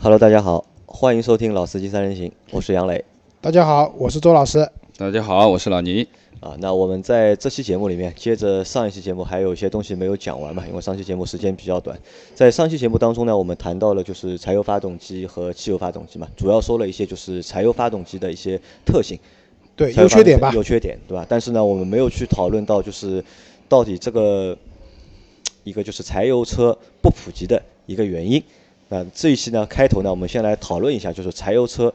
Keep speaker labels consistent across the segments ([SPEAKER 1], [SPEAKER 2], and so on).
[SPEAKER 1] Hello，大家好，欢迎收听《老司机三人行》，我是杨磊
[SPEAKER 2] 大家好，我是周老师。
[SPEAKER 3] 大家好，我是老倪。
[SPEAKER 1] 啊。那我们在这期节目里面，接着上一期节目还有一些东西没有讲完嘛，因为上期节目时间比较短。在上期节目当中呢，我们谈到了就是柴油发动机和汽油发动机嘛，主要说了一些就是柴油发动机的一些特性，
[SPEAKER 2] 对，
[SPEAKER 1] 柴油
[SPEAKER 2] 优
[SPEAKER 1] 发
[SPEAKER 2] 缺点
[SPEAKER 1] 动
[SPEAKER 2] 吧
[SPEAKER 1] 机，有缺点，对吧？但是呢，我们没有去讨论到就是到底这个一个就是柴油车不普及的一个原因。那这一期呢，开头呢，我们先来讨论一下，就是柴油车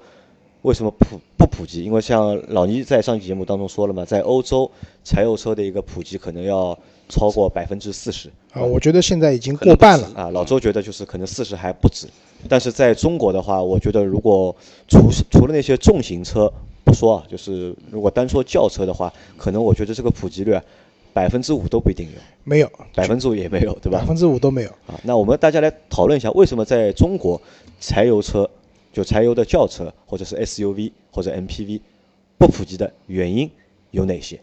[SPEAKER 1] 为什么普不普及？因为像老倪在上期节目当中说了嘛，在欧洲柴油车的一个普及可能要超过百分之四十
[SPEAKER 2] 啊，我觉得现在已经过半了。
[SPEAKER 1] 啊。老周觉得就是可能四十还不止，但是在中国的话，我觉得如果除除了那些重型车不说啊，就是如果单说轿车的话，可能我觉得这个普及率啊。百分之五都不一定有，啊
[SPEAKER 2] 没有，
[SPEAKER 1] 百分之五也没有，对吧
[SPEAKER 2] 百？分之五都没有。
[SPEAKER 1] 啊，那我们大家来讨论一下，为什么在中国柴油车，就柴油的轿车或者是 SUV 或者 MPV 不普及的原因有哪些？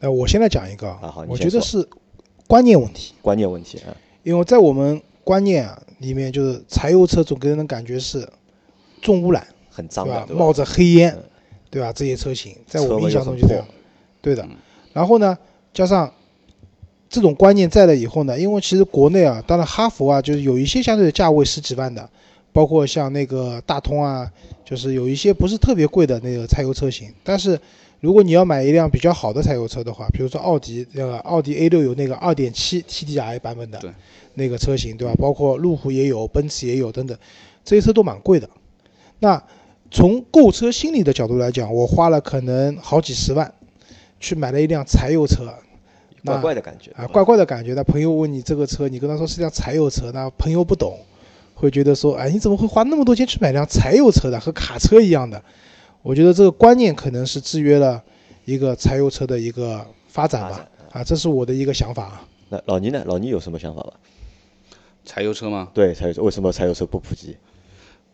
[SPEAKER 2] 呃，我先来讲一个
[SPEAKER 1] 啊好你
[SPEAKER 2] 我
[SPEAKER 1] 先
[SPEAKER 2] 觉得
[SPEAKER 1] 说
[SPEAKER 2] 是观念问题，
[SPEAKER 1] 观念问题啊，
[SPEAKER 2] 因为在我们观念啊里面，就是柴油车总给人的感觉是重污染，
[SPEAKER 1] 很脏
[SPEAKER 2] 对
[SPEAKER 1] 的
[SPEAKER 2] 吧，？
[SPEAKER 1] 对
[SPEAKER 2] 冒着黑烟
[SPEAKER 1] 嗯，
[SPEAKER 2] 对吧？这些车型在
[SPEAKER 1] 车
[SPEAKER 2] 我
[SPEAKER 1] 尾又
[SPEAKER 2] 印象中
[SPEAKER 1] 很
[SPEAKER 2] 就这样
[SPEAKER 1] 破，嗯
[SPEAKER 2] 对的。然后呢，加上这种观念在了以后呢，因为其实国内啊，当然哈弗啊，就是有一些相对的价位十几万的，包括像那个大通啊，就是有一些不是特别贵的那个柴油车型。但是如果你要买一辆比较好的柴油车的话，比如说奥迪那个奥迪 A 六有那个二点七 TDI 版本的
[SPEAKER 3] 对
[SPEAKER 2] 那个车型，对吧？包括路虎也有，奔驰也有等等，这些车都蛮贵的。那从购车心理的角度来讲，我花了可能好几十万去买了一辆柴油车，那
[SPEAKER 1] 怪怪的感觉
[SPEAKER 2] 啊，怪怪的感觉。那朋友问你这个车，你跟他说是辆柴油车，那朋友不懂，会觉得说，哎，你怎么会花那么多钱去买辆柴油车的，和卡车一样的？我觉得这个观念可能是制约了一个柴油车的一个发展
[SPEAKER 1] 发
[SPEAKER 2] 吧
[SPEAKER 1] 展。
[SPEAKER 2] 啊，这是我的一个想法啊。
[SPEAKER 1] 那老倪呢？老倪有什么想法吧？
[SPEAKER 3] 柴油车吗？
[SPEAKER 1] 对，柴油车为什么柴油车不普及？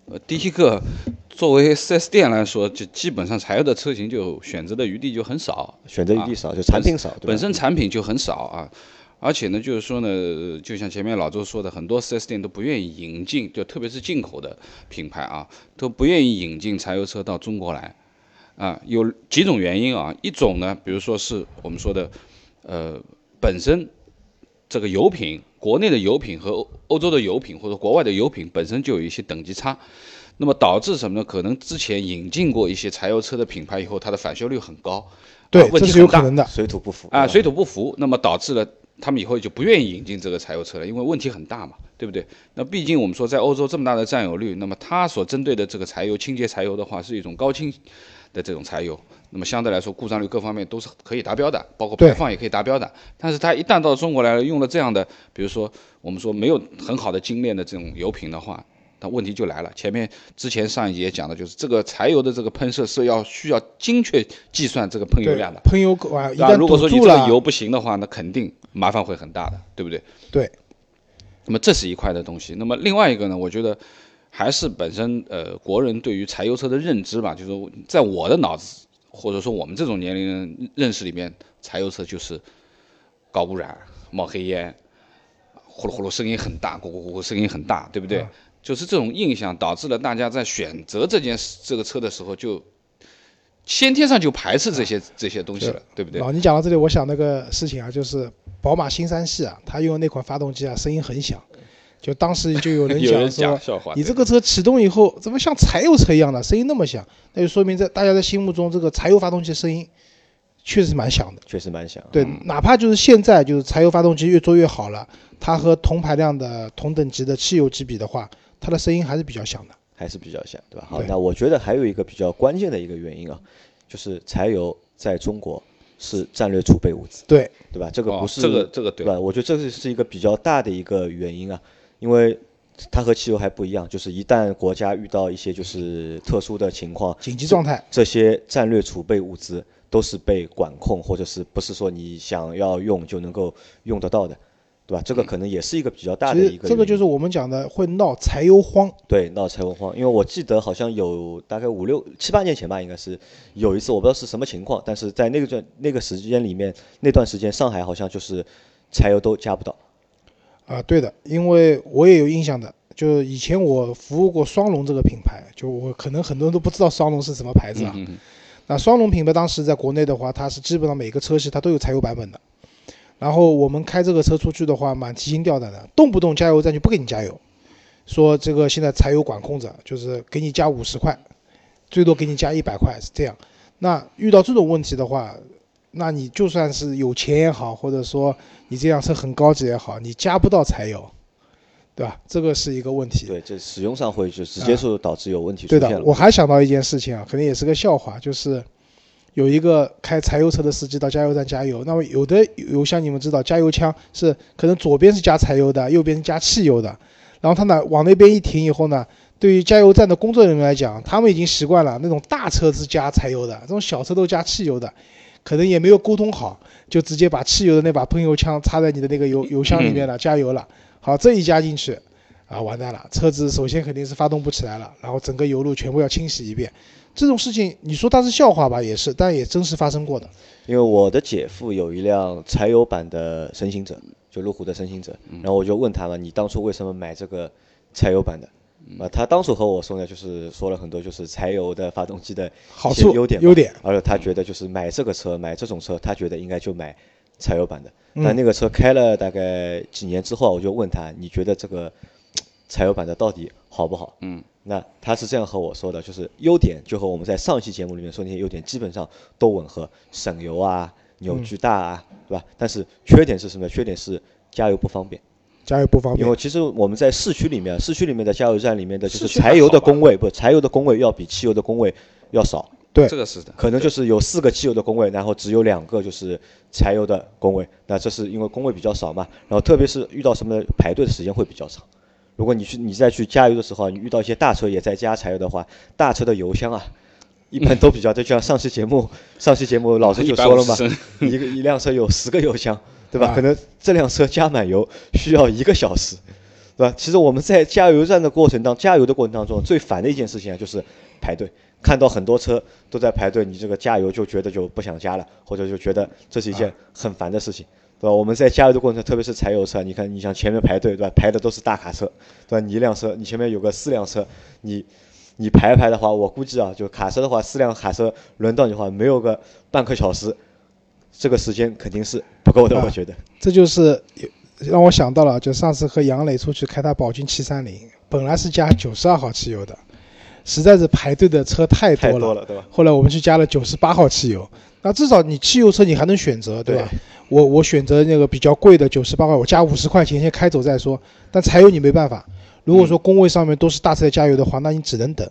[SPEAKER 3] 呃，第一个，作为 4S 店来说，就基本上柴油的车型就选择的余地就很少，
[SPEAKER 1] 选择余地少，就产品少，对吧？
[SPEAKER 3] 啊本身产品就很少啊。而且呢，就是说呢，就像前面老周说的，很多 4S 店都不愿意引进，就特别是进口的品牌啊，都不愿意引进柴油车到中国来，啊，有几种原因啊，一种呢，比如说是我们说的，呃，本身这个油品，国内的油品和欧欧洲的油品或者国外的油品本身就有一些等级差，那么导致什么呢？可能之前引进过一些柴油车的品牌以后，它的返修率很高，
[SPEAKER 2] 对
[SPEAKER 3] 啊，问
[SPEAKER 2] 这
[SPEAKER 3] 题
[SPEAKER 2] 是有
[SPEAKER 3] 很大
[SPEAKER 2] 可能的。
[SPEAKER 1] 水土不服
[SPEAKER 2] 嗯
[SPEAKER 3] 啊，
[SPEAKER 1] 对吧
[SPEAKER 3] 水土不服，那么导致了他们以后就不愿意引进这个柴油车了，因为问题很大嘛，对不对？那毕竟我们说在欧洲这么大的占有率，那么它所针对的这个柴油清洁柴油的话，是一种高清的这种柴油，那么相对来说故障率各方面都是可以达标的，包括
[SPEAKER 2] 对
[SPEAKER 3] 排放也可以达标的。但是它一旦到中国来了，用了这样的，比如说我们说没有很好的精炼的这种油品的话。那问题就来了，前面之前上一节讲的就是这个柴油的这个喷射是要需要精确计算这个喷油
[SPEAKER 2] 对
[SPEAKER 3] 量的，，
[SPEAKER 2] 喷油啊，一
[SPEAKER 3] 那
[SPEAKER 2] 旦
[SPEAKER 3] 如果说
[SPEAKER 2] 堵
[SPEAKER 3] 你
[SPEAKER 2] 住
[SPEAKER 3] 这
[SPEAKER 2] 了
[SPEAKER 3] 个，油不行的话，那肯定麻烦会很大的，对不对？
[SPEAKER 2] 对。
[SPEAKER 3] 那么这是一块的东西。那么另外一个呢，我觉得还是本身呃国人对于柴油车的认知吧，就是说在我的脑子或者说我们这种年龄人认识里面，柴油车就是高污染、冒黑烟、呼噜呼噜声音很大，咕咕咕咕声音很大，对不
[SPEAKER 2] 嗯
[SPEAKER 3] 对？就是这种印象导致了大家在选择这件事这个车的时候就。先天上就排斥这
[SPEAKER 2] 啊
[SPEAKER 3] 些这些东西了，对不对？
[SPEAKER 2] 老倪讲到这里，我想那个事情啊，就是宝马新三系啊，它用那款发动机啊，声音很响，就当时就有人
[SPEAKER 3] 有人
[SPEAKER 2] 说
[SPEAKER 3] 讲，笑话，
[SPEAKER 2] 你这个车启动以后怎么像柴油车一样的声音那么响？那就说明在大家的心目中，这个柴油发动机的声音确实蛮响的。
[SPEAKER 1] 确实蛮想。
[SPEAKER 2] 对，哪怕就是现在就是柴油发动机越做越好了，它和同排量的同等级的汽油机比的话，它的声音还是比较响的。
[SPEAKER 1] 还是比较像，对吧？好，
[SPEAKER 2] 对
[SPEAKER 1] 那我觉得还有一个比较关键的一个原因啊，就是柴油在中国是战略储备物资，
[SPEAKER 2] 对，
[SPEAKER 1] 对吧？这个
[SPEAKER 3] 哦
[SPEAKER 1] 不是、
[SPEAKER 3] 这个这个
[SPEAKER 1] 对
[SPEAKER 3] 对
[SPEAKER 1] 吧？我觉得这个是一个比较大的一个原因啊，因为它和汽油还不一样，就是一旦国家遇到一些就是特殊的情况，
[SPEAKER 2] 紧急状态。
[SPEAKER 1] 这些战略储备物资都是被管控，或者是不是说你想要用就能够用得到的，对吧？这个可能也是一个比较大的
[SPEAKER 2] 嗯其
[SPEAKER 1] 一
[SPEAKER 2] 实
[SPEAKER 1] 个
[SPEAKER 2] 这
[SPEAKER 1] 原
[SPEAKER 2] 个
[SPEAKER 1] 因
[SPEAKER 2] 就是我们讲的会闹柴油荒。
[SPEAKER 1] 对，闹柴油荒，因为我记得好像有大概五六七八年前吧，应该是有一次，我不知道是什么情况，但是在那个段那个时间里面，那段时间上海好像就是柴油都加不到，
[SPEAKER 2] 啊，对的，因为我也有印象的。就以前我服务过双龙这个品牌，就我可能很多人都不知道双龙是什么牌子啊。那双龙品牌当时在国内的话，它是基本上每个车系它都有柴油版本的。然后我们开这个车出去的话，蛮提心吊胆的，动不动加油站就不给你加油，说这个现在柴油管控着，就是给你加五十块，最多给你加一百块，是这样。那遇到这种问题的话，那你就算是有钱也好，或者说你这辆车很高级也好，你加不到柴油，对吧？这个是一个问题。
[SPEAKER 1] 对，这使用上会就直接就导致有问题出
[SPEAKER 2] 啊对
[SPEAKER 1] 现了。
[SPEAKER 2] 的，我还想到一件事情啊，可能也是个笑话，就是有一个开柴油车的司机到加油站加油，那么有的油箱你们知道，加油枪是可能左边是加柴油的，右边是加汽油的，然后他呢往那边一停以后呢。对于加油站的工作人员来讲，他们已经习惯了那种大车是加柴油的，这种小车都加汽油的，可能也没有沟通好，就直接把汽油的那把喷油枪插在你的那个油油箱里 面了，加油了。好，这一加进去，啊，完蛋了，车子首先肯定是发动不起来了，然后整个油路全部要清洗一遍。这种事情，你说它是笑话吧，也是，但也真实发生过的。
[SPEAKER 1] 因为我的姐夫有一辆柴油版的神行者，就路虎的神行者，然后我就问他嘛，你当初为什么买这个柴油版的？啊，他当初和我说呢，就是说了很多就是柴油的发动机的
[SPEAKER 2] 好
[SPEAKER 1] 一些
[SPEAKER 2] 处、
[SPEAKER 1] 优点嘛
[SPEAKER 2] 优点，
[SPEAKER 1] 而且他觉得就是买这个车，买这种车，他觉得应该就买柴油版的。
[SPEAKER 2] 嗯
[SPEAKER 1] 但那个车开了大概几年之后啊，我就问他，你觉得这个柴油版的到底好不好？嗯，那他是这样和我说的，就是优点就和我们在上一期节目里面说那些优点基本上都吻合，省油啊，扭矩大啊，
[SPEAKER 3] 嗯
[SPEAKER 1] 对吧？但是缺点是什么呢？缺点是加油不方便。
[SPEAKER 2] 加油不方便
[SPEAKER 1] 因为。其实我们在市区里面，市区里面的加油站里面的就
[SPEAKER 3] 市
[SPEAKER 1] 是
[SPEAKER 3] 区还
[SPEAKER 1] 柴油的
[SPEAKER 3] 好吧
[SPEAKER 1] 工位，不，柴油的工位要比汽油的工位要少。
[SPEAKER 2] 对
[SPEAKER 3] 这个是的，
[SPEAKER 1] 可能就是有四个汽油的工位，然后只有两个就是柴油的工位。那这是因为工位比较少嘛，然后特别是遇到什么的排队的时间会比较长。如果你去你再去加油的时候啊，你遇到一些大车也在加柴油的话，大车的油箱啊，一般都比较，就像上期节目上期节目老师就说了嘛
[SPEAKER 3] 150升，
[SPEAKER 1] 一个一辆车有十个油箱，对吧？
[SPEAKER 2] 啊
[SPEAKER 1] 可能这辆车加满油需要一个小时。对吧？其实我们在加油站的过程当加油的过程当中，最烦的一件事情啊，就是排队。看到很多车都在排队，你这个加油就觉得就不想加了，或者就觉得这是一
[SPEAKER 2] 啊
[SPEAKER 1] 件很烦的事情，对吧？我们在加油的过程中，特别是柴油车，你看，你像前面排队，对吧？排的都是大卡车，对吧？你一辆车，你前面有个四辆车，你你排一排的话，我估计啊，就卡车的话，四辆卡车轮到你的话，没有个半个小时，这个时间肯定是不够的，
[SPEAKER 2] 啊
[SPEAKER 1] 我觉得。
[SPEAKER 2] 这就是让我想到了，就上次和杨磊出去开他宝骏七三零，本来是加九十二号汽油的，实在是排队的车太
[SPEAKER 1] 太
[SPEAKER 2] 多
[SPEAKER 1] 多
[SPEAKER 2] 了。
[SPEAKER 1] 了，对吧？
[SPEAKER 2] 后来我们去加了九十八号汽油，那至少你汽油车你还能选择，对吧？我我选择那个比较贵的九十八块，我加五十块钱先开走再说。但柴油你没办法，如果说工位上面都是大车加油的话，那你只能等。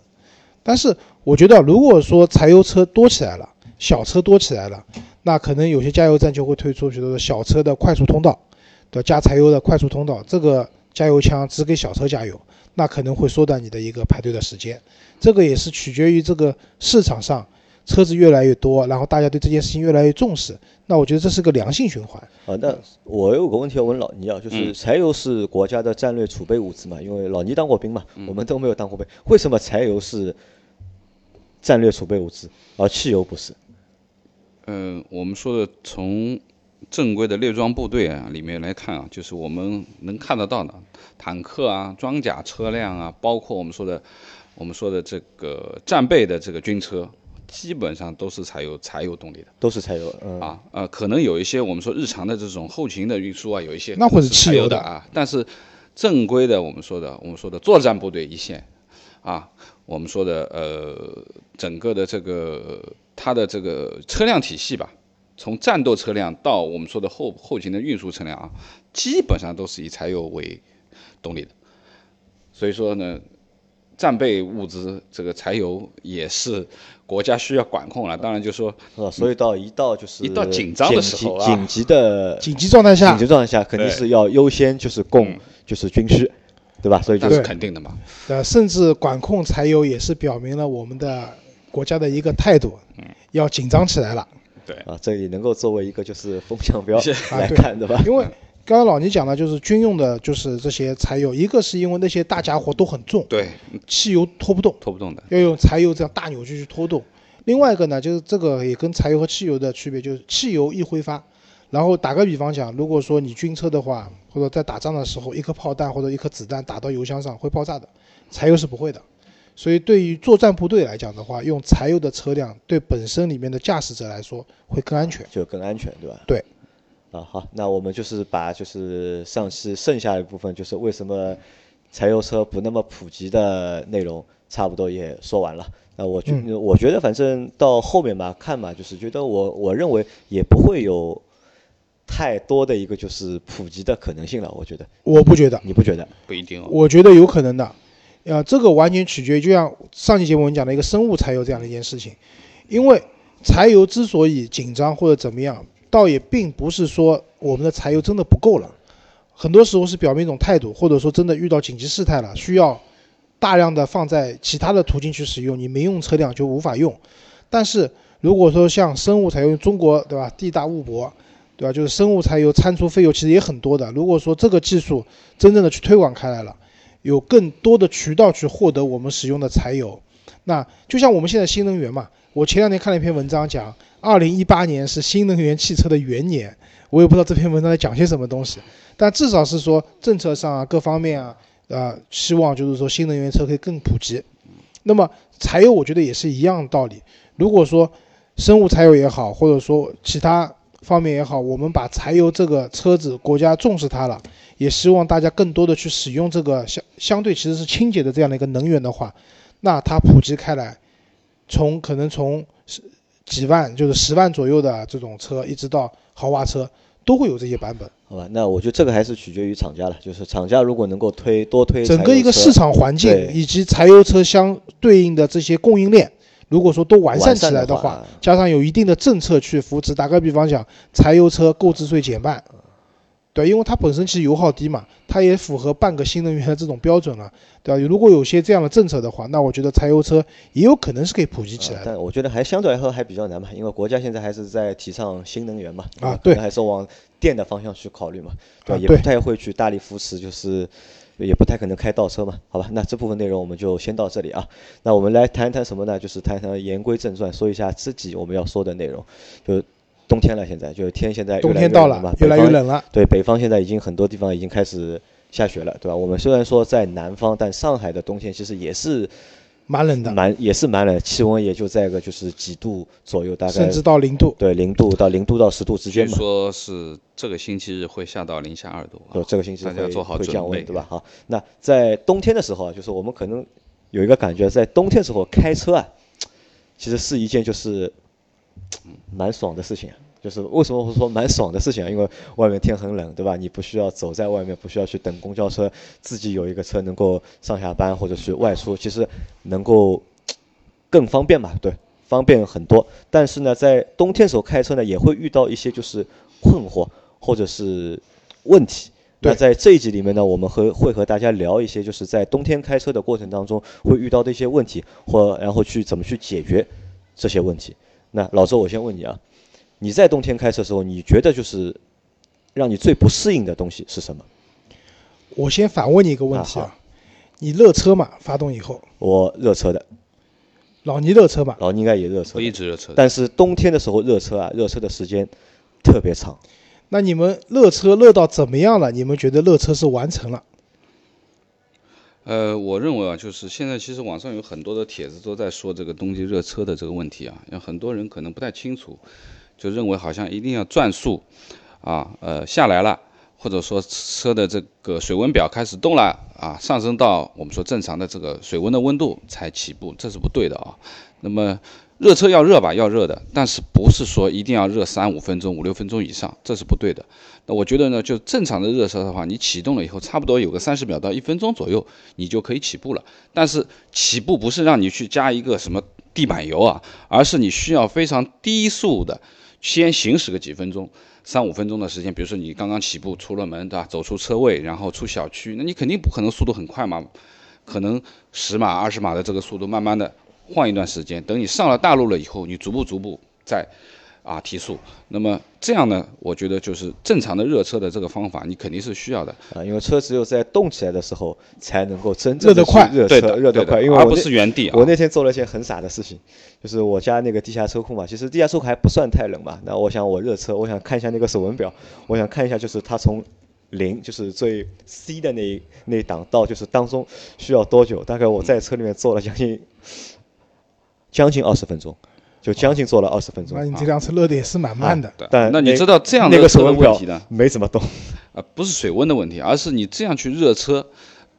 [SPEAKER 2] 但是我觉得，如果说柴油车多起来了，小车多起来了，那可能有些加油站就会推出，比如说小车的快速通道，对吧，加柴油的快速通道，这个加油枪只给小车加油，那可能会缩短你的一个排队的时间。这个也是取决于这个市场上车子越来越多，然后大家对这件事情越来越重视，那我觉得这是个良性循环。
[SPEAKER 1] 啊，那我有个问题要问老倪啊，就是
[SPEAKER 3] 嗯
[SPEAKER 1] 柴油是国家的战略储备物资嘛？因为老倪当过兵嘛，
[SPEAKER 3] 嗯
[SPEAKER 1] 我们都没有当过兵，为什么柴油是战略储备物资，而汽油不是？
[SPEAKER 3] 嗯、我们说的从正规的列装部队啊里面来看啊，就是我们能看得到的坦克啊、装甲车辆啊，包括我们说的我们说的这个战备的这个军车，基本上都是柴油柴油动力的
[SPEAKER 1] 都是柴油，嗯，
[SPEAKER 3] 啊。呃，可能有一些我们说日常的这种后勤的运输啊，有一些
[SPEAKER 2] 那会是汽
[SPEAKER 3] 柴
[SPEAKER 2] 油
[SPEAKER 3] 油
[SPEAKER 2] 的
[SPEAKER 3] 啊，但是正规的我们说的我们说的作战部队一线啊，我们说的呃整个的这个它的这个车辆体系吧，从战斗车辆到我们说的后后勤的运输车辆啊，基本上都是以柴油为动力的，所以说呢。战备物资，这个柴油也是国家需要管控了。当然，就说
[SPEAKER 1] 是吧？啊所以到一到就是
[SPEAKER 3] 一到紧张的时候啊
[SPEAKER 1] 紧急紧急的
[SPEAKER 2] 紧急状态下
[SPEAKER 1] 紧急，状态下，肯定
[SPEAKER 3] 对嗯
[SPEAKER 1] 是要优先就是供就是军需，对吧？所以就是
[SPEAKER 3] 那是肯定的嘛。
[SPEAKER 2] 呃，甚至管控柴油也是表明了我们的国家的一个态度，
[SPEAKER 1] 嗯
[SPEAKER 2] 要紧张起来了。
[SPEAKER 1] 啊，这也能够作为一个就是风向标
[SPEAKER 2] 啊
[SPEAKER 1] 来
[SPEAKER 2] 对
[SPEAKER 1] 看，对吧？
[SPEAKER 2] 因为刚刚老倪讲的就是军用的，就是这些柴油，一个是因为那些大家伙都很重，
[SPEAKER 3] 对，
[SPEAKER 1] 嗯
[SPEAKER 2] 汽油拖不动，
[SPEAKER 3] 拖不动的。
[SPEAKER 2] 要用柴油这样大扭矩去拖动。另外一个呢，就是这个也跟柴油和汽油的区别，就是汽油易挥发，然后打个比方讲，如果说你军车的话，或者在打仗的时候，一颗炮弹或者一颗子弹打到油箱上会爆炸的，柴油是不会的。所以对于作战部队来讲的话，用柴油的车辆对本身里面的驾驶者来说会更安全。
[SPEAKER 1] 就更安全，对吧？
[SPEAKER 2] 对。
[SPEAKER 1] 啊，好，那我们就是把就是上期剩下一部分，就是为什么柴油车不那么普及的内容，差不多也说完了。那我觉、
[SPEAKER 2] 嗯
[SPEAKER 1] 我觉得反正到后面吧，看吧，就是觉得我我认为也不会有太多的一个就是普及的可能性了。我觉得，
[SPEAKER 2] 我不觉得，
[SPEAKER 1] 你不觉得？
[SPEAKER 3] 不一定哦。
[SPEAKER 2] 我觉得有可能的，呃，这个完全取决于，就像上期节目我们讲的一个生物柴油这样的一件事情，因为柴油之所以紧张或者怎么样，倒也并不是说我们的柴油真的不够了，很多时候是表明一种态度，或者说真的遇到紧急事态了，需要大量的放在其他的途径去使用，你民用车辆就无法用。但是如果说像生物柴油，中国对吧，地大物博，对吧，就是生物柴油参除费油其实也很多的。如果说这个技术真正的去推广开来了，有更多的渠道去获得我们使用的柴油，那就像我们现在新能源嘛，我前两天看了一篇文章讲，二零一八年是新能源汽车的元年，我也不知道这篇文章在讲些什么东西，但至少是说政策上啊各方面啊，呃，希望就是说新能源车可以更普及。那么柴油我觉得也是一样的道理，如果说生物柴油也好，或者说其他方面也好，我们把柴油这个车子国家重视它了，也希望大家更多的去使用这个相相对其实是清洁的这样的一个能源的话，那它普及开来，从可能从十几万就是十万左右的这种车，一直到豪华车，都会有这些版本。
[SPEAKER 1] 好吧，那我觉得这个还是取决于厂家了，就是厂家如果能够推多推
[SPEAKER 2] 整
[SPEAKER 1] 柴
[SPEAKER 2] 个
[SPEAKER 1] 油
[SPEAKER 2] 一个
[SPEAKER 1] 车
[SPEAKER 2] 市场环境
[SPEAKER 1] 对
[SPEAKER 2] 以及柴油车相对应的这些供应链，如果说都完善起来
[SPEAKER 1] 完善的
[SPEAKER 2] 话，
[SPEAKER 1] 话
[SPEAKER 2] 加上有一定的政策去扶持，打个比方讲，柴油车购置税减半，对，因为它本身其实油耗低嘛，它也符合半个新能源的这种标准了，对吧？如果有些这样的政策的话，那我觉得柴油车也有可能是可以普及起
[SPEAKER 1] 呃
[SPEAKER 2] 来的。
[SPEAKER 1] 但我觉得还相对来说还比较难吧，因为国家现在还是在提倡新能源嘛，
[SPEAKER 2] 啊
[SPEAKER 1] 呃
[SPEAKER 2] 对
[SPEAKER 1] 可能还是往电的方向去考虑嘛，对吧？
[SPEAKER 2] 啊
[SPEAKER 1] 也
[SPEAKER 2] 对
[SPEAKER 1] 不太会去大力扶持，就是也不太可能开倒车嘛，好吧？那这部分内容我们就先到这里啊。那我们来谈谈什么呢？就是谈谈言归正传，说一下自己我们要说的内容，就是冬天了，现在就是天现在
[SPEAKER 2] 冬
[SPEAKER 1] 呃越来
[SPEAKER 2] 天
[SPEAKER 1] 越
[SPEAKER 2] 到
[SPEAKER 1] 冷
[SPEAKER 2] 了
[SPEAKER 1] 嘛，，
[SPEAKER 2] 越来越
[SPEAKER 1] 北方
[SPEAKER 2] 冷了，
[SPEAKER 1] 对，北方现在已经很多地方已经开始下雪了，对吧？我们虽然说在南方，但上海的冬天其实也是
[SPEAKER 2] 蛮冷的，
[SPEAKER 1] 蛮也是蛮冷，气温也就在个就是几度左右，大概
[SPEAKER 2] 甚至到零度。
[SPEAKER 1] 对零度到零度到十度之
[SPEAKER 3] 据
[SPEAKER 1] 间嘛。
[SPEAKER 3] 说是这个星期日会下到零下二度啊
[SPEAKER 1] 对，，呃这个星期
[SPEAKER 3] 大家
[SPEAKER 1] 会
[SPEAKER 3] 做好
[SPEAKER 1] 会
[SPEAKER 3] 准
[SPEAKER 1] 降温，
[SPEAKER 3] 备，
[SPEAKER 1] 对吧？？好，那在冬天的时候啊，就是我们可能有一个感觉，在冬天时候开车啊，其实是一件就是蛮爽的事情啊。就是为什么我说蛮爽的事情啊？因为外面天很冷，对吧？你不需要走在外面，不需要去等公交车，自己有一个车能够上下班或者去外出，其实能够更方便嘛，对，方便很多。但是呢，在冬天时候开车呢，也会遇到一些就是困惑或者是问题。
[SPEAKER 2] 对
[SPEAKER 1] 那在这一集里面呢，我们和会和大家聊一些，就是在冬天开车的过程当中会遇到的一些问题，或然后去怎么去解决这些问题。那老周，我先问你啊，你在冬天开车的时候，你觉得就是让你最不适应的东西是什么？
[SPEAKER 2] 我先反问你一个问题
[SPEAKER 1] 啊
[SPEAKER 2] 啊，你热车嘛，发动以后，
[SPEAKER 1] 我热车的，
[SPEAKER 2] 老倪热车嘛，
[SPEAKER 1] 老倪应该也热车
[SPEAKER 3] 我
[SPEAKER 1] 的
[SPEAKER 3] 一直热车，
[SPEAKER 1] 但是冬天的时候热车啊，热车的时间特别长。
[SPEAKER 2] 那你们热车热到怎么样了？你们觉得热车是完成了？
[SPEAKER 3] 呃，我认为啊，就是现在其实网上有很多的帖子都在说这个冬季热车的这个问题啊，有很多人可能不太清楚，就认为好像一定要转速啊，呃下来了，或者说车的这个水温表开始动了啊，上升到我们说正常的这个水温的温度才起步，这是不对的啊。那么热车要热吧，要热的，但是不是说一定要热三五分钟、五六分钟以上，这是不对的。那我觉得呢，就正常的热车的话，你启动了以后，差不多有个三十秒到一分钟左右，你就可以起步了。但是起步不是让你去加一个什么地板油啊，而是你需要非常低速的先行驶个几分钟。三五分钟的时间，比如说你刚刚起步出了门，对吧？走出车位，然后出小区，那你肯定不可能速度很快嘛，可能十码、二十码的这个速度，慢慢的换一段时间，等你上了大路了以后，你逐步逐步在啊提速。那么这样呢，我觉得就是正常的热车的这个方法，你肯定是需要的。
[SPEAKER 1] 啊，因为车只有在动起来的时候才能够真正
[SPEAKER 2] 热得
[SPEAKER 1] 地去
[SPEAKER 2] 快
[SPEAKER 1] 热
[SPEAKER 3] 对
[SPEAKER 1] 车
[SPEAKER 3] 的
[SPEAKER 1] 热得
[SPEAKER 3] 对的
[SPEAKER 1] 快，因为
[SPEAKER 3] 而
[SPEAKER 1] 我
[SPEAKER 3] 不
[SPEAKER 1] 那
[SPEAKER 3] 是原地啊
[SPEAKER 1] 我那天做了一件很傻的事情，就是我家那个地下车库嘛，其实地下车库还不算太冷嘛。那我想我热车，我想看一下那个手纹表，我想看一下就是它从零就是最 C 的那一那一档到就是当中需要多久？大概我在车里面坐了将近将近二十分钟，就将近坐了二十分钟
[SPEAKER 2] 那。你这辆车热的也是蛮慢的。
[SPEAKER 3] 对
[SPEAKER 1] 但
[SPEAKER 3] 那你
[SPEAKER 1] 那
[SPEAKER 3] 知道这样
[SPEAKER 1] 那
[SPEAKER 3] 热
[SPEAKER 1] 个
[SPEAKER 3] 车
[SPEAKER 1] 手
[SPEAKER 3] 的
[SPEAKER 1] 纹
[SPEAKER 3] 问
[SPEAKER 1] 表
[SPEAKER 3] 题呢？
[SPEAKER 1] 没怎么动，
[SPEAKER 3] 啊，不是水温的问题，而是你这样去热车，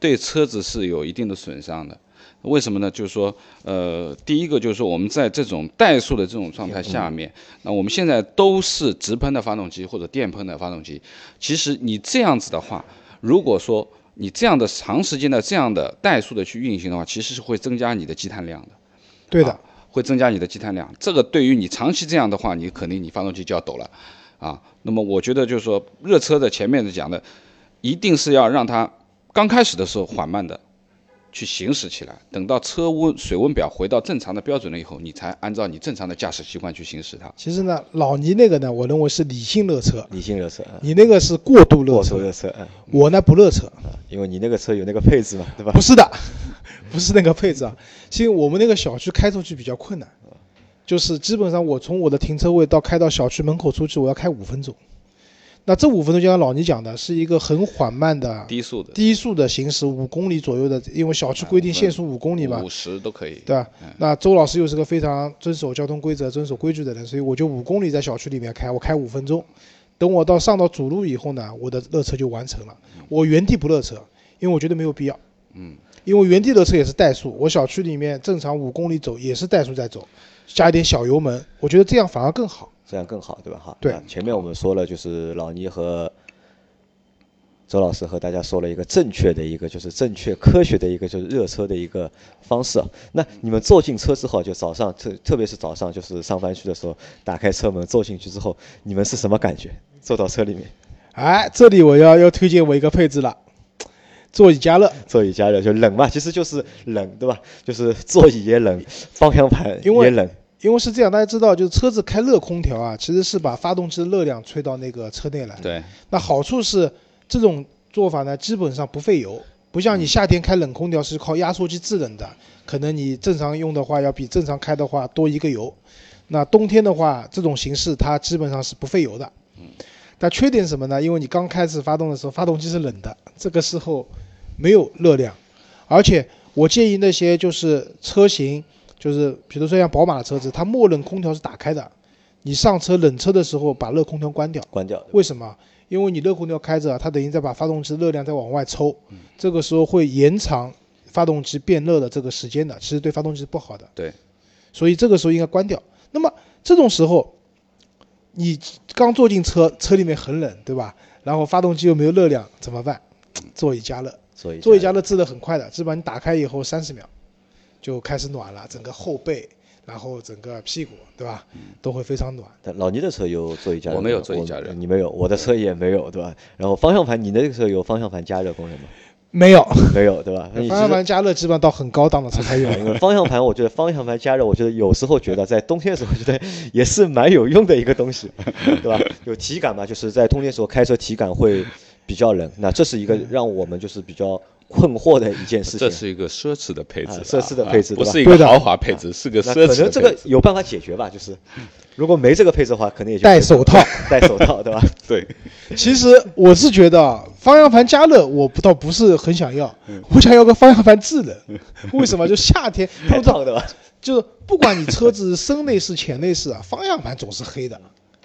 [SPEAKER 3] 对车子是有一定的损伤的。为什么呢？就是说，呃，第一个就是说，我们在这种怠速的这种状态下面，
[SPEAKER 1] 嗯
[SPEAKER 3] 那我们现在都是直喷的发动机或者电喷的发动机。其实你这样子的话，如果说你这样的长时间的这样的怠速的去运行的话，其实是会增加你的积碳量的。
[SPEAKER 2] 对的，
[SPEAKER 3] 会增加你的积碳量。这个对于你长期这样的话，你肯定你发动机就要抖了，啊。那么我觉得就是说，热车的前面的讲的，一定是要让它刚开始的时候缓慢的去行驶起来，等到车温水温表回到正常的标准了以后，你才按照你正常的驾驶习惯去行驶它。
[SPEAKER 2] 其实呢，老倪那个呢，我认为是理性热车，
[SPEAKER 1] 理性热车，啊
[SPEAKER 2] 你那个是过度热
[SPEAKER 1] 过头
[SPEAKER 2] 车，
[SPEAKER 1] 热车，啊
[SPEAKER 2] 我呢不热车。
[SPEAKER 1] 因为你那个车有那个配置嘛，对吧？
[SPEAKER 2] 不是的， 不是那个配置啊，是因为我们那个小区开出去比较困难，就是基本上我从我的停车位到开到小区门口出去，我要开五分钟。那这五分钟就像老倪讲的，是一个很缓慢的
[SPEAKER 3] 低速的
[SPEAKER 2] 低速的行驶，五公里左右的，因为小区规定限速五公里嘛
[SPEAKER 3] 五，十都可以。
[SPEAKER 2] 对吧？那周老师又是个非常遵守交通规则、遵守规矩的人，所以我就五公里在小区里面开，我开五分钟。等我到上到主路以后呢，我的热车就完成了。我原地不热车，因为我觉得没有必要。嗯，因为原地热车也是怠速，我小区里面正常五公里走也是怠速在走，加一点小油门，我觉得这样反而更好。
[SPEAKER 1] 这样更好，对吧？哈，
[SPEAKER 2] 对
[SPEAKER 1] 那前面我们说了，就是老倪和周老师和大家说了一个正确的一个，就是正确科学的一个，就是热车的一个方式啊。那你们坐进车之后，就早上特特别是早上就是上班去的时候，打开车门坐进去之后，你们是什么感觉？坐到车里面，
[SPEAKER 2] 哎，这里我要要推荐我一个配置了，座椅加热。
[SPEAKER 1] 座椅加热就冷嘛，其实就是冷，对吧？就是座椅也冷，方向盘
[SPEAKER 2] 因为
[SPEAKER 1] 也冷，
[SPEAKER 2] 因为是这样，大家知道，就是车子开热空调啊，其实是把发动机的热量吹到那个车内来。
[SPEAKER 3] 对，
[SPEAKER 2] 那好处是这种做法呢，基本上不费油，不像你夏天开冷空调是靠压缩机制冷的，可能你正常用的话要比正常开的话多一个油。那冬天的话，这种形式它基本上是不费油的。但缺点是什么呢？因为你刚开始发动的时候，发动机是冷的，这个时候没有热量，而且我建议那些就是车型，就是比如说像宝马的车子，它默认空调是打开的，你上车冷车的时候把热空调关掉。
[SPEAKER 1] 关掉。
[SPEAKER 2] 为什么？因为你热空调开着，它等于在把发动机热量在往外抽，这个时候会延长发动机变热的这个时间的，其实对发动机是不好的。
[SPEAKER 3] 对，
[SPEAKER 2] 所以这个时候应该关掉。那么这种时候，你刚坐进车，车里面很冷，对吧？然后发动机又没有热量，怎么办？座椅加热。
[SPEAKER 1] 座椅
[SPEAKER 2] 座椅
[SPEAKER 1] 热
[SPEAKER 2] 加热制的很快的，基本上你打开以后三十秒就开始暖了，整个后背，然后整个屁股，对吧？都会非常暖。
[SPEAKER 1] 但老倪的车有座椅加热，
[SPEAKER 3] 我没有
[SPEAKER 1] 对吧
[SPEAKER 3] 座椅加热
[SPEAKER 1] 我你没有，我的车也没有，对吧？然后方向盘，你那个车有方向盘加热功能吗？
[SPEAKER 2] 没有，
[SPEAKER 1] 没有，对吧？那你其
[SPEAKER 2] 方向
[SPEAKER 1] 实
[SPEAKER 2] 盘加热基本上到很高档的车 才有。
[SPEAKER 1] 因为方向盘，我觉得方向盘加热，我觉得有时候觉得在冬天的时候，觉得也是蛮有用的一个东西，对吧？ 有体感嘛，就是在冬天的时候开车体感会比较冷，那这是一个让我们就是比较困惑的一件事情
[SPEAKER 3] 这。是一个奢侈的配置
[SPEAKER 1] 啊
[SPEAKER 3] 了啊，
[SPEAKER 1] 奢侈的配置
[SPEAKER 3] 啊
[SPEAKER 1] 对
[SPEAKER 3] 不
[SPEAKER 1] 吧啊
[SPEAKER 3] 是一个
[SPEAKER 2] 对的
[SPEAKER 3] 豪华配置，是个
[SPEAKER 1] 那可
[SPEAKER 3] 奢侈的配
[SPEAKER 1] 能
[SPEAKER 3] 置。
[SPEAKER 1] 这个有办法解决吧，就是如果没这个配置的话，可能也就
[SPEAKER 2] 戴手套。
[SPEAKER 1] 戴手套， 对吧？
[SPEAKER 3] 对，
[SPEAKER 2] 其实我是觉得啊，方向盘加热我不倒不是很想要，
[SPEAKER 1] 嗯
[SPEAKER 2] 我想要个方向盘制 冷。为什么？就夏天
[SPEAKER 1] 太
[SPEAKER 2] 碰到
[SPEAKER 1] 烫，对吧？
[SPEAKER 2] 就是不管你车子是深内饰、浅内饰啊，方向盘总是黑的，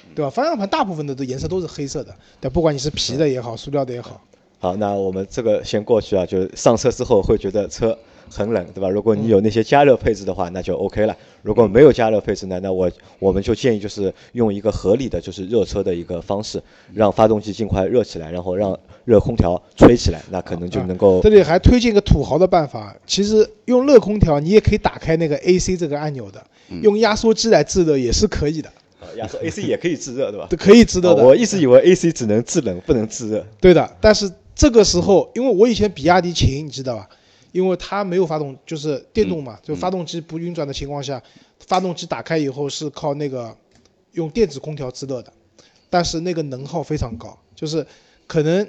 [SPEAKER 1] 嗯
[SPEAKER 2] 对吧？方向盘大部分的都颜色都是黑色的，对，不管你是皮的也好，塑料的也好，
[SPEAKER 1] 好，那我们这个先过去啊，就是上车之后会觉得车很冷，对吧？如果你
[SPEAKER 2] 嗯
[SPEAKER 1] 有那些加热配置的话，那就 OK 了。如果没有加热配置呢，那我我们就建议就是用一个合理的就是热车的一个方式，让发动机尽快热起来，然后让热空调吹起来，那可能嗯就能够
[SPEAKER 2] 啊这里还推荐一个土豪的办法，其实用热空调你也可以打开那个 AC 这个按钮的，
[SPEAKER 1] 嗯
[SPEAKER 2] 用压缩机来制热也是可以的，
[SPEAKER 1] 呃压缩 AC 也可以制热，对吧？
[SPEAKER 2] 都可以制热
[SPEAKER 1] 哦
[SPEAKER 2] 的。
[SPEAKER 1] 我一直以为 AC 只能制冷不能制热，
[SPEAKER 2] 对的，但是这个时候，因为我以前比亚迪秦，你知道吧？因为它没有发动，就是电动嘛，就发动机不运转的情况下，发动机打开以后是靠那个用电子空调制热的，但是那个能耗非常高，就是可能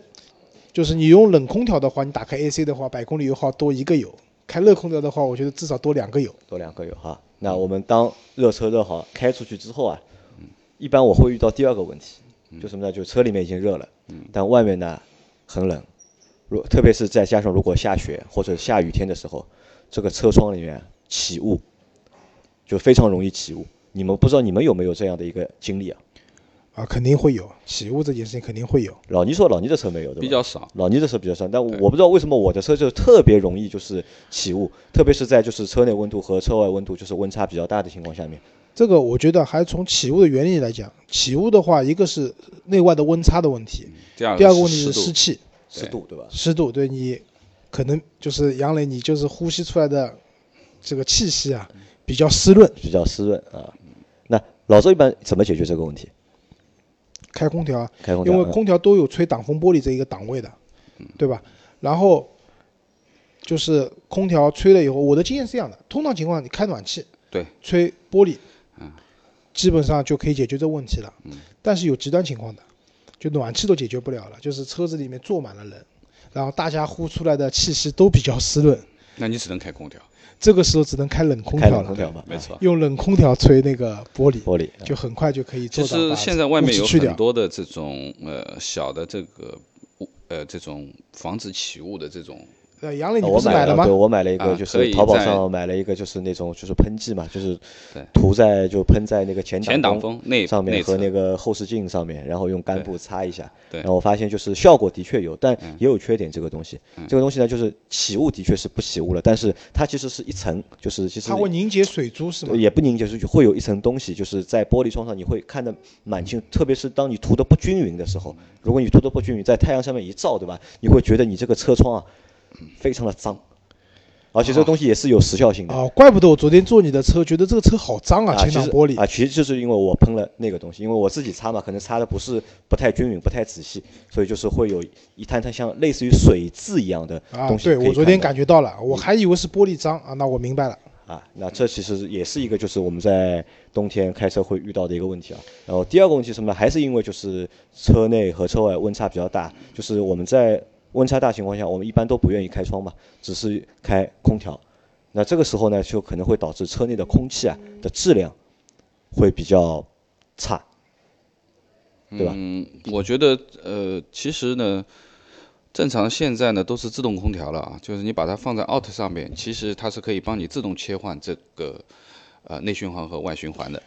[SPEAKER 2] 就是你用冷空调的话，你打开 AC 的话，百公里油耗多一个油；开热空调的话，我觉得至少多两个油。
[SPEAKER 1] 多两个油哈。那我们当热车热好开出去之后啊，一般我会遇到第二个问题，
[SPEAKER 3] 嗯
[SPEAKER 1] 就什么呢？就车里面已经热了，但外面呢很冷，如特别是再加上如果下雪或者下雨天的时候，这个车窗里面起雾，就非常容易起雾。你们不知道你们有没有这样的一个经历啊？
[SPEAKER 2] 啊，肯定会有起雾这件事情，肯定会有。
[SPEAKER 1] 老倪说老倪的车没有，对吧？
[SPEAKER 3] 比较少。
[SPEAKER 1] 老倪的车比较酸，但我不知道为什么我的车就特别容易就是起雾，特别是在就是车内温度和车外温度就是温差比较大的情况下面。
[SPEAKER 2] 这个我觉得还从起雾的原理来讲，起雾的话，一个是内外的温差的问题，
[SPEAKER 3] 第二
[SPEAKER 2] 第
[SPEAKER 3] 个
[SPEAKER 2] 二个问题是
[SPEAKER 3] 是啊湿
[SPEAKER 2] 湿
[SPEAKER 3] 度，
[SPEAKER 2] 气、
[SPEAKER 1] 湿度对吧？
[SPEAKER 2] 湿度，对你可能就是杨磊，你就是呼吸出来的这个气息啊比较湿润，
[SPEAKER 1] 比较湿润啊。那老周一般怎么解决这个问题？
[SPEAKER 2] 开空调啊，
[SPEAKER 1] 开空调？
[SPEAKER 2] 因为
[SPEAKER 1] 嗯
[SPEAKER 2] 空调都有吹挡风玻璃这一个档位的，
[SPEAKER 3] 嗯
[SPEAKER 2] 对吧？然后就是空调吹了以后，我的经验是这样的：通常情况你开暖气，
[SPEAKER 3] 对，
[SPEAKER 2] 吹玻璃，
[SPEAKER 3] 嗯
[SPEAKER 2] 基本上就可以解决这问题了。但是有极端情况的，就暖气都解决不了了，就是车子里面坐满了人，然后大家呼出来的气息都比较湿润，
[SPEAKER 3] 那你只能开空调，
[SPEAKER 2] 这个时候只能开冷空
[SPEAKER 1] 开
[SPEAKER 2] 调
[SPEAKER 1] 冷空
[SPEAKER 2] 了，
[SPEAKER 1] 调嘛，
[SPEAKER 3] 没
[SPEAKER 1] 啊
[SPEAKER 3] 错。
[SPEAKER 2] 用冷空调吹那个玻璃，
[SPEAKER 1] 玻璃啊
[SPEAKER 2] 就很快就可以
[SPEAKER 3] 其
[SPEAKER 2] 做到
[SPEAKER 3] 实
[SPEAKER 2] 把
[SPEAKER 3] 现在外面
[SPEAKER 2] 雾
[SPEAKER 3] 有
[SPEAKER 2] 气去
[SPEAKER 3] 很
[SPEAKER 2] 掉。
[SPEAKER 3] 多的这种呃小的这个雾呃这种防止起雾的这种，
[SPEAKER 2] 呃，杨磊，你
[SPEAKER 1] 啊
[SPEAKER 2] 不
[SPEAKER 1] 我
[SPEAKER 2] 是
[SPEAKER 1] 买
[SPEAKER 2] 了吗
[SPEAKER 1] 对，？我买了一个，
[SPEAKER 3] 啊
[SPEAKER 1] 就
[SPEAKER 3] 可
[SPEAKER 1] 是
[SPEAKER 3] 以
[SPEAKER 1] 淘宝
[SPEAKER 3] 在
[SPEAKER 1] 上买了一个，就是那种就是喷剂嘛，就是
[SPEAKER 3] 对
[SPEAKER 1] 涂在就喷在那个前
[SPEAKER 3] 前挡
[SPEAKER 1] 挡
[SPEAKER 3] 风内
[SPEAKER 1] 上面
[SPEAKER 3] 内
[SPEAKER 1] 和
[SPEAKER 3] 侧
[SPEAKER 1] 那个后视镜上面，然后用干布擦一下。
[SPEAKER 3] 对嗯
[SPEAKER 1] 然后我发现就是效果的确有，但也有缺点。这个东西，这个东西呢，就是起雾的确是不起雾了，但是它其实是一层，就是其实
[SPEAKER 2] 它会凝结水珠是吗
[SPEAKER 1] 对？也不凝结出去，会有一层东西，就是在玻璃窗上你会看得蛮清，特别是当你涂的不均匀的时候，如果你涂的不均匀，在太阳上面一照，对吧？你会觉得你这个车窗啊，非常的脏，而且这个东西也是有时效性的。
[SPEAKER 2] 哦，怪不得我昨天坐你的车，觉得这个车好脏啊，
[SPEAKER 1] 啊，
[SPEAKER 2] 前
[SPEAKER 1] 其
[SPEAKER 2] 挡
[SPEAKER 1] 实
[SPEAKER 2] 玻璃。
[SPEAKER 1] 啊，其实就是因为我喷了那个东西，因为我自己擦嘛，可能擦的不是不太均匀、不太仔细，所以就是会有一滩滩像类似于水渍一样的
[SPEAKER 2] 啊，
[SPEAKER 1] 东西可以
[SPEAKER 2] 对
[SPEAKER 1] 看到。嗯
[SPEAKER 2] 我昨天感觉到了，我还以为是玻璃脏啊，那我明白了。
[SPEAKER 1] 啊，那这其实也是一个就是我们在冬天开车会遇到的一个问题啊。然后第二个问题是什么呢？还是因为就是车内和车外温差比较大，就是我们在温差大情况下，我们一般都不愿意开窗嘛，只是开空调。那这个时候呢，就可能会导致车内的空气啊的质量会比较差，对吧？
[SPEAKER 3] 嗯，我觉得呃，其实呢，正常现在呢都是自动空调了啊，就是你把它放在 out 上面，其实它是可以帮你自动切换这个呃内循环和外循环的。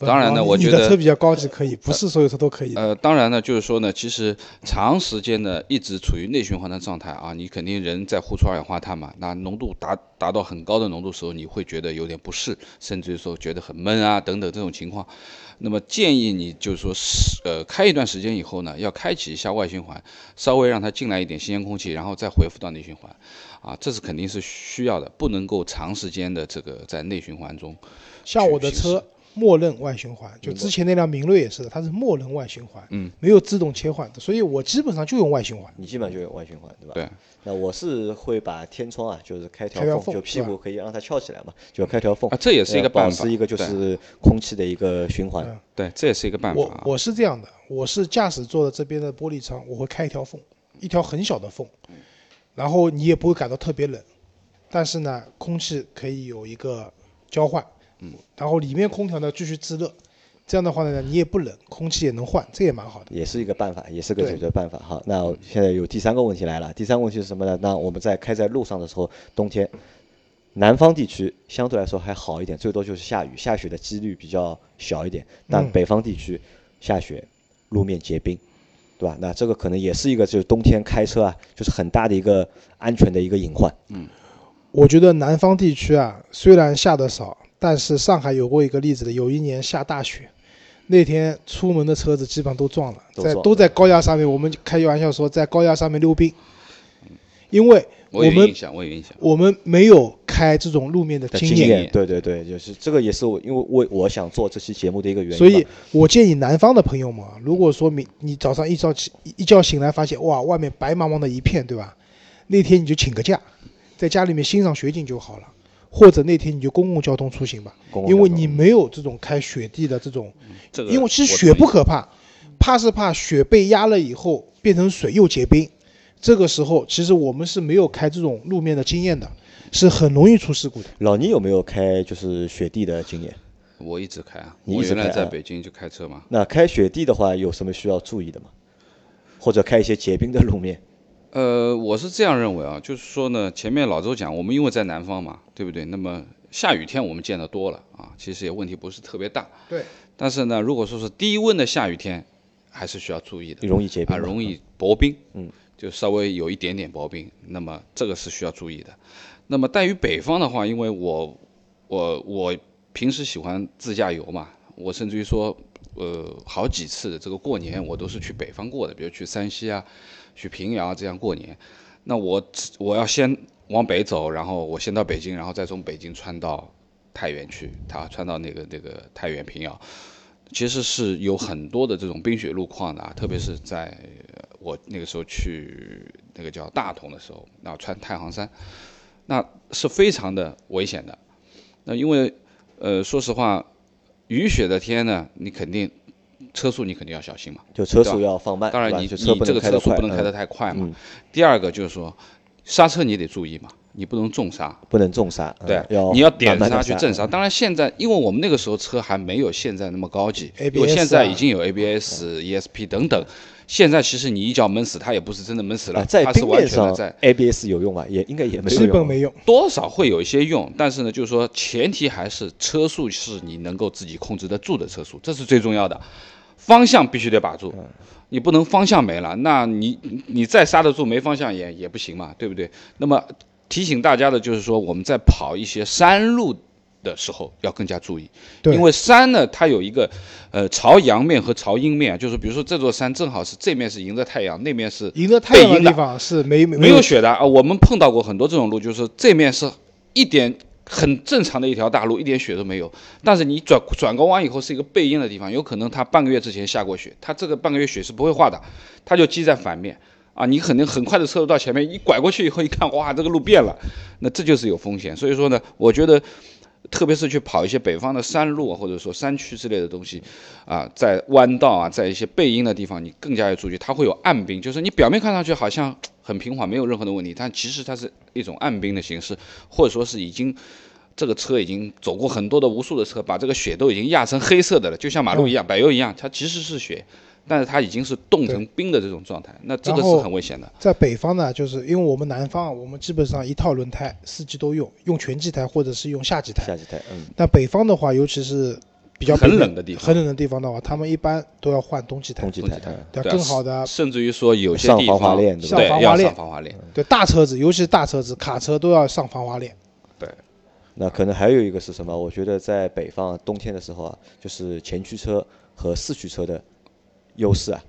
[SPEAKER 3] 当然呢
[SPEAKER 2] 哦你
[SPEAKER 3] 我觉
[SPEAKER 2] 你的
[SPEAKER 3] 得
[SPEAKER 2] 车比较高级，可以，不是所有车都可以的。
[SPEAKER 3] 呃，当然呢，就是说呢，其实长时间的一直处于内循环的状态啊，你肯定人在呼出二氧化碳嘛，那浓度达达到很高的浓度时候，你会觉得有点不适，甚至于说觉得很闷啊等等这种情况。那么建议你就是说是呃开一段时间以后呢，要开启一下外循环，稍微让它进来一点新鲜空气，然后再恢复到内循环，啊，这是肯定是需要的，不能够长时间的这个在内循环中。
[SPEAKER 2] 像我的
[SPEAKER 3] 确
[SPEAKER 2] 车默认外循环，就之前那辆明锐也是的，它是默认外循环，
[SPEAKER 3] 嗯，
[SPEAKER 2] 没有自动切换的，所以我基本上就用外循环。
[SPEAKER 1] 你基本上就有外循环，对吧？
[SPEAKER 3] 对。
[SPEAKER 1] 那我是会把天窗啊，就是开条
[SPEAKER 2] 开条
[SPEAKER 1] 缝，
[SPEAKER 2] 缝
[SPEAKER 1] 就屁
[SPEAKER 2] 对
[SPEAKER 1] 股可以让它翘起来嘛，就开条缝
[SPEAKER 3] 啊这也是一
[SPEAKER 1] 呃
[SPEAKER 3] 个
[SPEAKER 1] 保
[SPEAKER 3] 办
[SPEAKER 1] 持
[SPEAKER 3] 法
[SPEAKER 1] 一个就
[SPEAKER 3] 对
[SPEAKER 1] 是空气的一个循环。
[SPEAKER 2] 嗯
[SPEAKER 3] 对，这也是一个办法、
[SPEAKER 2] 我
[SPEAKER 3] 啊。
[SPEAKER 2] 我是这样的，我是驾驶座的这边的玻璃窗，我会开一条缝，一条很小的缝，
[SPEAKER 3] 嗯
[SPEAKER 2] 然后你也不会感到特别冷，但是呢，空气可以有一个交换，嗯，然后里面空调呢继续制热，这样的话呢，你也不冷，空气也能换，这也蛮好的。
[SPEAKER 1] 也是一个办法，也是个
[SPEAKER 2] 对
[SPEAKER 1] 解决办法哈。那现在有第三个问题来了，第三个问题是什么呢？那我们在开在路上的时候，冬天，南方地区相对来说还好一点，最多就是下雨，下雪的几率比较小一点。
[SPEAKER 2] 嗯
[SPEAKER 1] 但北方地区下雪，路面结冰，对吧？那这个可能也是一个就是冬天开车啊，就是很大的一个安全的一个隐患。
[SPEAKER 2] 我觉得南方地区啊，虽然下的少，但是上海有过一个例子的，有一年下大雪，那天出门的车子基本上都撞了，
[SPEAKER 1] 都
[SPEAKER 2] 在
[SPEAKER 1] 撞
[SPEAKER 2] 都在高压上面，我们开玩笑说在高压上面溜冰，因为
[SPEAKER 3] 我
[SPEAKER 2] 我
[SPEAKER 3] 有
[SPEAKER 2] 们
[SPEAKER 3] 印象，我有印象。
[SPEAKER 2] 我们没有开这种路面的
[SPEAKER 1] 的
[SPEAKER 2] 经
[SPEAKER 1] 验，
[SPEAKER 2] 验，
[SPEAKER 1] 对对对，就是这个也是我因为我我想做这期节目的一个原因嘛，
[SPEAKER 2] 所以我建议南方的朋友们啊，如果说明你早上一早起一一觉醒来发现哇，外面白茫茫的一片，对吧？那天你就请个假，在家里面欣赏雪景就好了。或者那天你就公共交通出行吧，
[SPEAKER 1] 公共
[SPEAKER 2] 因为
[SPEAKER 1] 交通
[SPEAKER 2] 你没有这种开雪地的这种，
[SPEAKER 3] 这个
[SPEAKER 2] 因为其实
[SPEAKER 3] 我
[SPEAKER 2] 雪
[SPEAKER 3] 同意
[SPEAKER 2] 不可怕，怕是怕雪被压了以后变成水又结冰，这个时候其实我们是没有开这种路面的经验的，是很容易出事故的。
[SPEAKER 1] 老倪有没有开就是雪地的经验？
[SPEAKER 3] 我一直开啊，
[SPEAKER 1] 你
[SPEAKER 3] 我
[SPEAKER 1] 一直
[SPEAKER 3] 原来
[SPEAKER 1] 开
[SPEAKER 3] 在
[SPEAKER 1] 啊
[SPEAKER 3] 北京就开车嘛，
[SPEAKER 1] 那开雪地的话，有什么需要注意的吗？或者开一些结冰的路面？
[SPEAKER 3] 呃，我是这样认为啊，就是说呢，前面老周讲，我们因为在南方嘛，对不对？那么下雨天我们见得多了啊，其实也问题不是特别大。
[SPEAKER 2] 对。
[SPEAKER 3] 但是呢，如果说是低温的下雨天，还是需要注意的。
[SPEAKER 1] 容易结冰
[SPEAKER 3] 啊，
[SPEAKER 1] 吗
[SPEAKER 3] 容易薄冰，嗯，就稍微有一点点薄冰，那么这个是需要注意的。那么但于北方的话，因为我我我平时喜欢自驾游嘛，我甚至于说，呃，好几次的这个过年我都是去北方过的，比如去山西啊，去平遥啊这样过年。那我我要先往北走，然后我先到北京，然后再从北京穿到太原去，它穿到那个那个太原平遥，其实是有很多的这种冰雪路况的、啊，特别是在呃我那个时候去那个叫大同的时候，那穿太行山，那是非常的危险的。那因为呃，说实话，雨雪的天呢，你肯定车速你肯定要小心嘛。
[SPEAKER 1] 就车速要放慢，
[SPEAKER 3] 当
[SPEAKER 1] 哎是吧
[SPEAKER 3] 然你，
[SPEAKER 1] 就
[SPEAKER 3] 你
[SPEAKER 1] 车不
[SPEAKER 3] 这
[SPEAKER 1] 能
[SPEAKER 3] 个
[SPEAKER 1] 开
[SPEAKER 3] 车
[SPEAKER 1] 得
[SPEAKER 3] 速
[SPEAKER 1] 快，
[SPEAKER 3] 不能开得
[SPEAKER 1] 嗯
[SPEAKER 3] 太快嘛。第二个就是说，刹车你得注意嘛，你不能重刹。
[SPEAKER 1] 不能重刹，嗯
[SPEAKER 3] 对，
[SPEAKER 1] 要
[SPEAKER 3] 你要点
[SPEAKER 1] 慢慢地
[SPEAKER 3] 刹
[SPEAKER 1] 嗯
[SPEAKER 3] 去
[SPEAKER 1] 刹
[SPEAKER 3] 正刹。当然，现在因为我们那个时候车还没有现在那么高级，
[SPEAKER 2] ABS
[SPEAKER 3] 因为现在已
[SPEAKER 2] 啊
[SPEAKER 3] 经有 ABS、ESP
[SPEAKER 1] 嗯
[SPEAKER 3] E 等等。现在其实你一脚闷死，它也不是真的闷死了，
[SPEAKER 1] 啊，在
[SPEAKER 3] 它是
[SPEAKER 1] 冰
[SPEAKER 3] 完
[SPEAKER 1] 面
[SPEAKER 3] 全的
[SPEAKER 1] 上
[SPEAKER 3] 在
[SPEAKER 1] ABS 有用吧？也应该也没有
[SPEAKER 2] 基本
[SPEAKER 1] 用吧。
[SPEAKER 2] 没用，
[SPEAKER 3] 多少会有一些用，但是呢，就是说前提还是车速是你能够自己控制得住的车速，这是最重要的。方向必须得把住，你不能方向没了，那你你你再刹得住没方向也也不行嘛，对不对？那么提醒大家的就是说，我们在跑一些山路的时候要更加注意，
[SPEAKER 2] 对
[SPEAKER 3] 因为山呢它有一个呃朝阳面和朝阴面，啊就是比如说这座山正好是这面是迎着太阳，那面是
[SPEAKER 2] 赢得太阳
[SPEAKER 3] 被
[SPEAKER 2] 的
[SPEAKER 3] 赢的
[SPEAKER 2] 地方是没
[SPEAKER 3] 没有雪的啊，我们碰到过很多这种路，就是这面是一点很正常的一条大路，一点雪都没有，但是你转转个弯以后是一个背阴的地方，有可能它半个月之前下过雪，它这个半个月雪是不会化的，它就积在反面啊，你可能很快的车速到前面，一拐过去以后一看，哇，这个路变了，那这就是有风险，所以说呢，我觉得。特别是去跑一些北方的山路啊，或者说山区之类的东西，啊，在弯道啊，在一些背阴的地方，你更加要注意，它会有暗冰，就是你表面看上去好像很平缓，没有任何的问题，但其实它是一种暗冰的形式，或者说是已经这个车已经走过很多的无数的车，把这个雪都已经压成黑色的了，就像马路一样，柏油一样，它其实是雪，但是它已经是冻成冰的这种状态，那这个
[SPEAKER 2] 然
[SPEAKER 3] 是
[SPEAKER 2] 后
[SPEAKER 3] 很危险的。
[SPEAKER 2] 在北方呢，就是因为我们南方啊，我们基本上一套轮胎四季都用，用全季胎或者是用夏季胎。
[SPEAKER 1] 下几台，嗯，
[SPEAKER 2] 那北方的话，尤其是比较
[SPEAKER 3] 很
[SPEAKER 2] 北
[SPEAKER 3] 冷的地方
[SPEAKER 2] 很冷的地方的话，他们一般都要换冬季胎
[SPEAKER 1] 冬，季
[SPEAKER 3] 冬季
[SPEAKER 1] 台，
[SPEAKER 3] 胎
[SPEAKER 1] 嗯
[SPEAKER 2] 对吧
[SPEAKER 3] 对啊
[SPEAKER 2] 更好的
[SPEAKER 3] 甚至于说有些
[SPEAKER 1] 上
[SPEAKER 3] 地
[SPEAKER 1] 防
[SPEAKER 3] 方
[SPEAKER 1] 滑链对吧
[SPEAKER 2] 上防滑
[SPEAKER 3] 对要
[SPEAKER 2] 链
[SPEAKER 3] 上防滑链，
[SPEAKER 2] 对大车子，尤其是大车子、卡车都要上防滑链。
[SPEAKER 3] 对。
[SPEAKER 1] 那可能还有一个是什么？我觉得在北方冬天的时候啊，就是前驱车和四驱车的优势啊，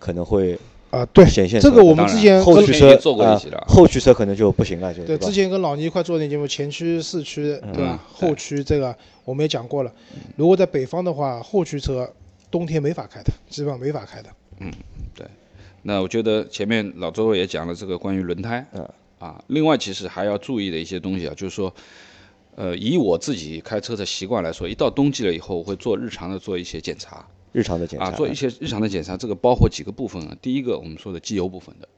[SPEAKER 1] 可能会
[SPEAKER 2] 啊、对，
[SPEAKER 1] 显现出
[SPEAKER 2] 这
[SPEAKER 1] 来
[SPEAKER 2] 个我们
[SPEAKER 3] 当
[SPEAKER 2] 之
[SPEAKER 3] 然
[SPEAKER 2] 前
[SPEAKER 1] 后
[SPEAKER 2] 跟
[SPEAKER 1] 驱
[SPEAKER 3] 之前
[SPEAKER 1] 车
[SPEAKER 3] 也做过一
[SPEAKER 1] 啊
[SPEAKER 3] 期的啊，
[SPEAKER 1] 后驱车可能就不行了，就
[SPEAKER 2] 对
[SPEAKER 1] 吧
[SPEAKER 2] 之？前跟老倪一块做那节目，前驱、四驱，对吧？
[SPEAKER 3] 嗯
[SPEAKER 2] 后驱这个我们也讲过了。如果在北方的话，后驱车冬天没法开的，基本上没法开的。
[SPEAKER 3] 那我觉得前面老周也讲了这个关于轮胎，
[SPEAKER 1] 嗯
[SPEAKER 3] 啊，另外其实还要注意的一些东西啊，就是说，呃，以我自己开车的习惯来说，一到冬季了以后，我会做日常的做一些检查，
[SPEAKER 1] 日常的检查
[SPEAKER 3] 啊，做一些日常的检查，这个包括几个部分啊，第一个我们说的机油部分的，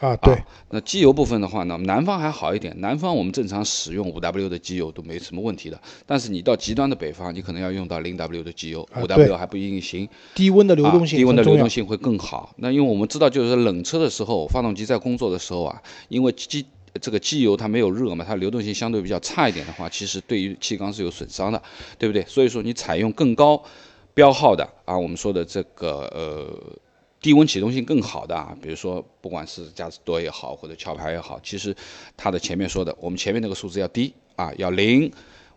[SPEAKER 2] 啊，对，
[SPEAKER 3] 那机油部分的话呢，南方还好一点，南方我们正常使用 5W 的机油都没什么问题的，但是你到极端的北方，你可能要用到 0W 的机油
[SPEAKER 2] 啊对
[SPEAKER 3] ，5W 还不一定行。
[SPEAKER 2] 低温的流动
[SPEAKER 3] 啊，低
[SPEAKER 2] 性
[SPEAKER 3] 温
[SPEAKER 2] 很
[SPEAKER 3] 的
[SPEAKER 2] 重
[SPEAKER 3] 流
[SPEAKER 2] 要
[SPEAKER 3] 动。性会更好。那因为我们知道，就是冷车的时候，发动机在工作的时候啊，因为机这个机油它没有热嘛，它流动性相对比较差一点的话，其实对于气缸是有损伤的，对不对？所以说你采用更高标号的啊，我们说的这个呃。低温启动性更好的啊，比如说不管是加斯多也好，或者壳牌也好，其实它的前面说的，我们前面那个数字要低啊，要零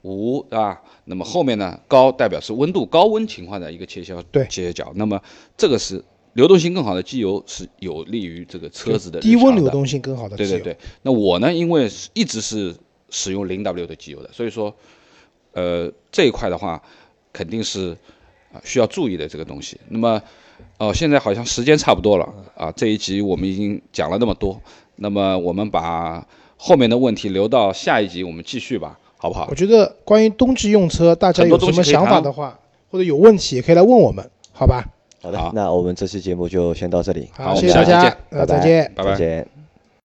[SPEAKER 3] 五啊，那么后面呢高代表是温度高温情况的一个切削
[SPEAKER 2] 对
[SPEAKER 3] 切角，那么这个是流动性更好的机油是有利于这个车子的
[SPEAKER 2] 低
[SPEAKER 3] 日常
[SPEAKER 2] 温
[SPEAKER 3] 的
[SPEAKER 2] 流动性更好的机
[SPEAKER 3] 对
[SPEAKER 2] 油。
[SPEAKER 3] 对对，那我呢，因为是一直是使用零 W 的机油的，所以说，呃，这一块的话，肯定是啊、需要注意的这个东西。那么，哦、现在好像时间差不多了啊，这一集我们已经讲了那么多，那么我们把后面的问题留到下一集我们继续吧。好不好？
[SPEAKER 2] 我觉得关于冬季用车，大家有什么想法的话，或者有问题也可以来问我们，好吧？
[SPEAKER 1] 好的
[SPEAKER 3] 好，
[SPEAKER 1] 那我们这期节目就先到这里，
[SPEAKER 3] 好
[SPEAKER 2] 谢谢
[SPEAKER 3] 我
[SPEAKER 2] 大
[SPEAKER 3] 们下期
[SPEAKER 2] 家
[SPEAKER 3] 见，
[SPEAKER 2] 那
[SPEAKER 1] 拜拜
[SPEAKER 2] 再见。
[SPEAKER 3] 拜拜
[SPEAKER 1] 再见。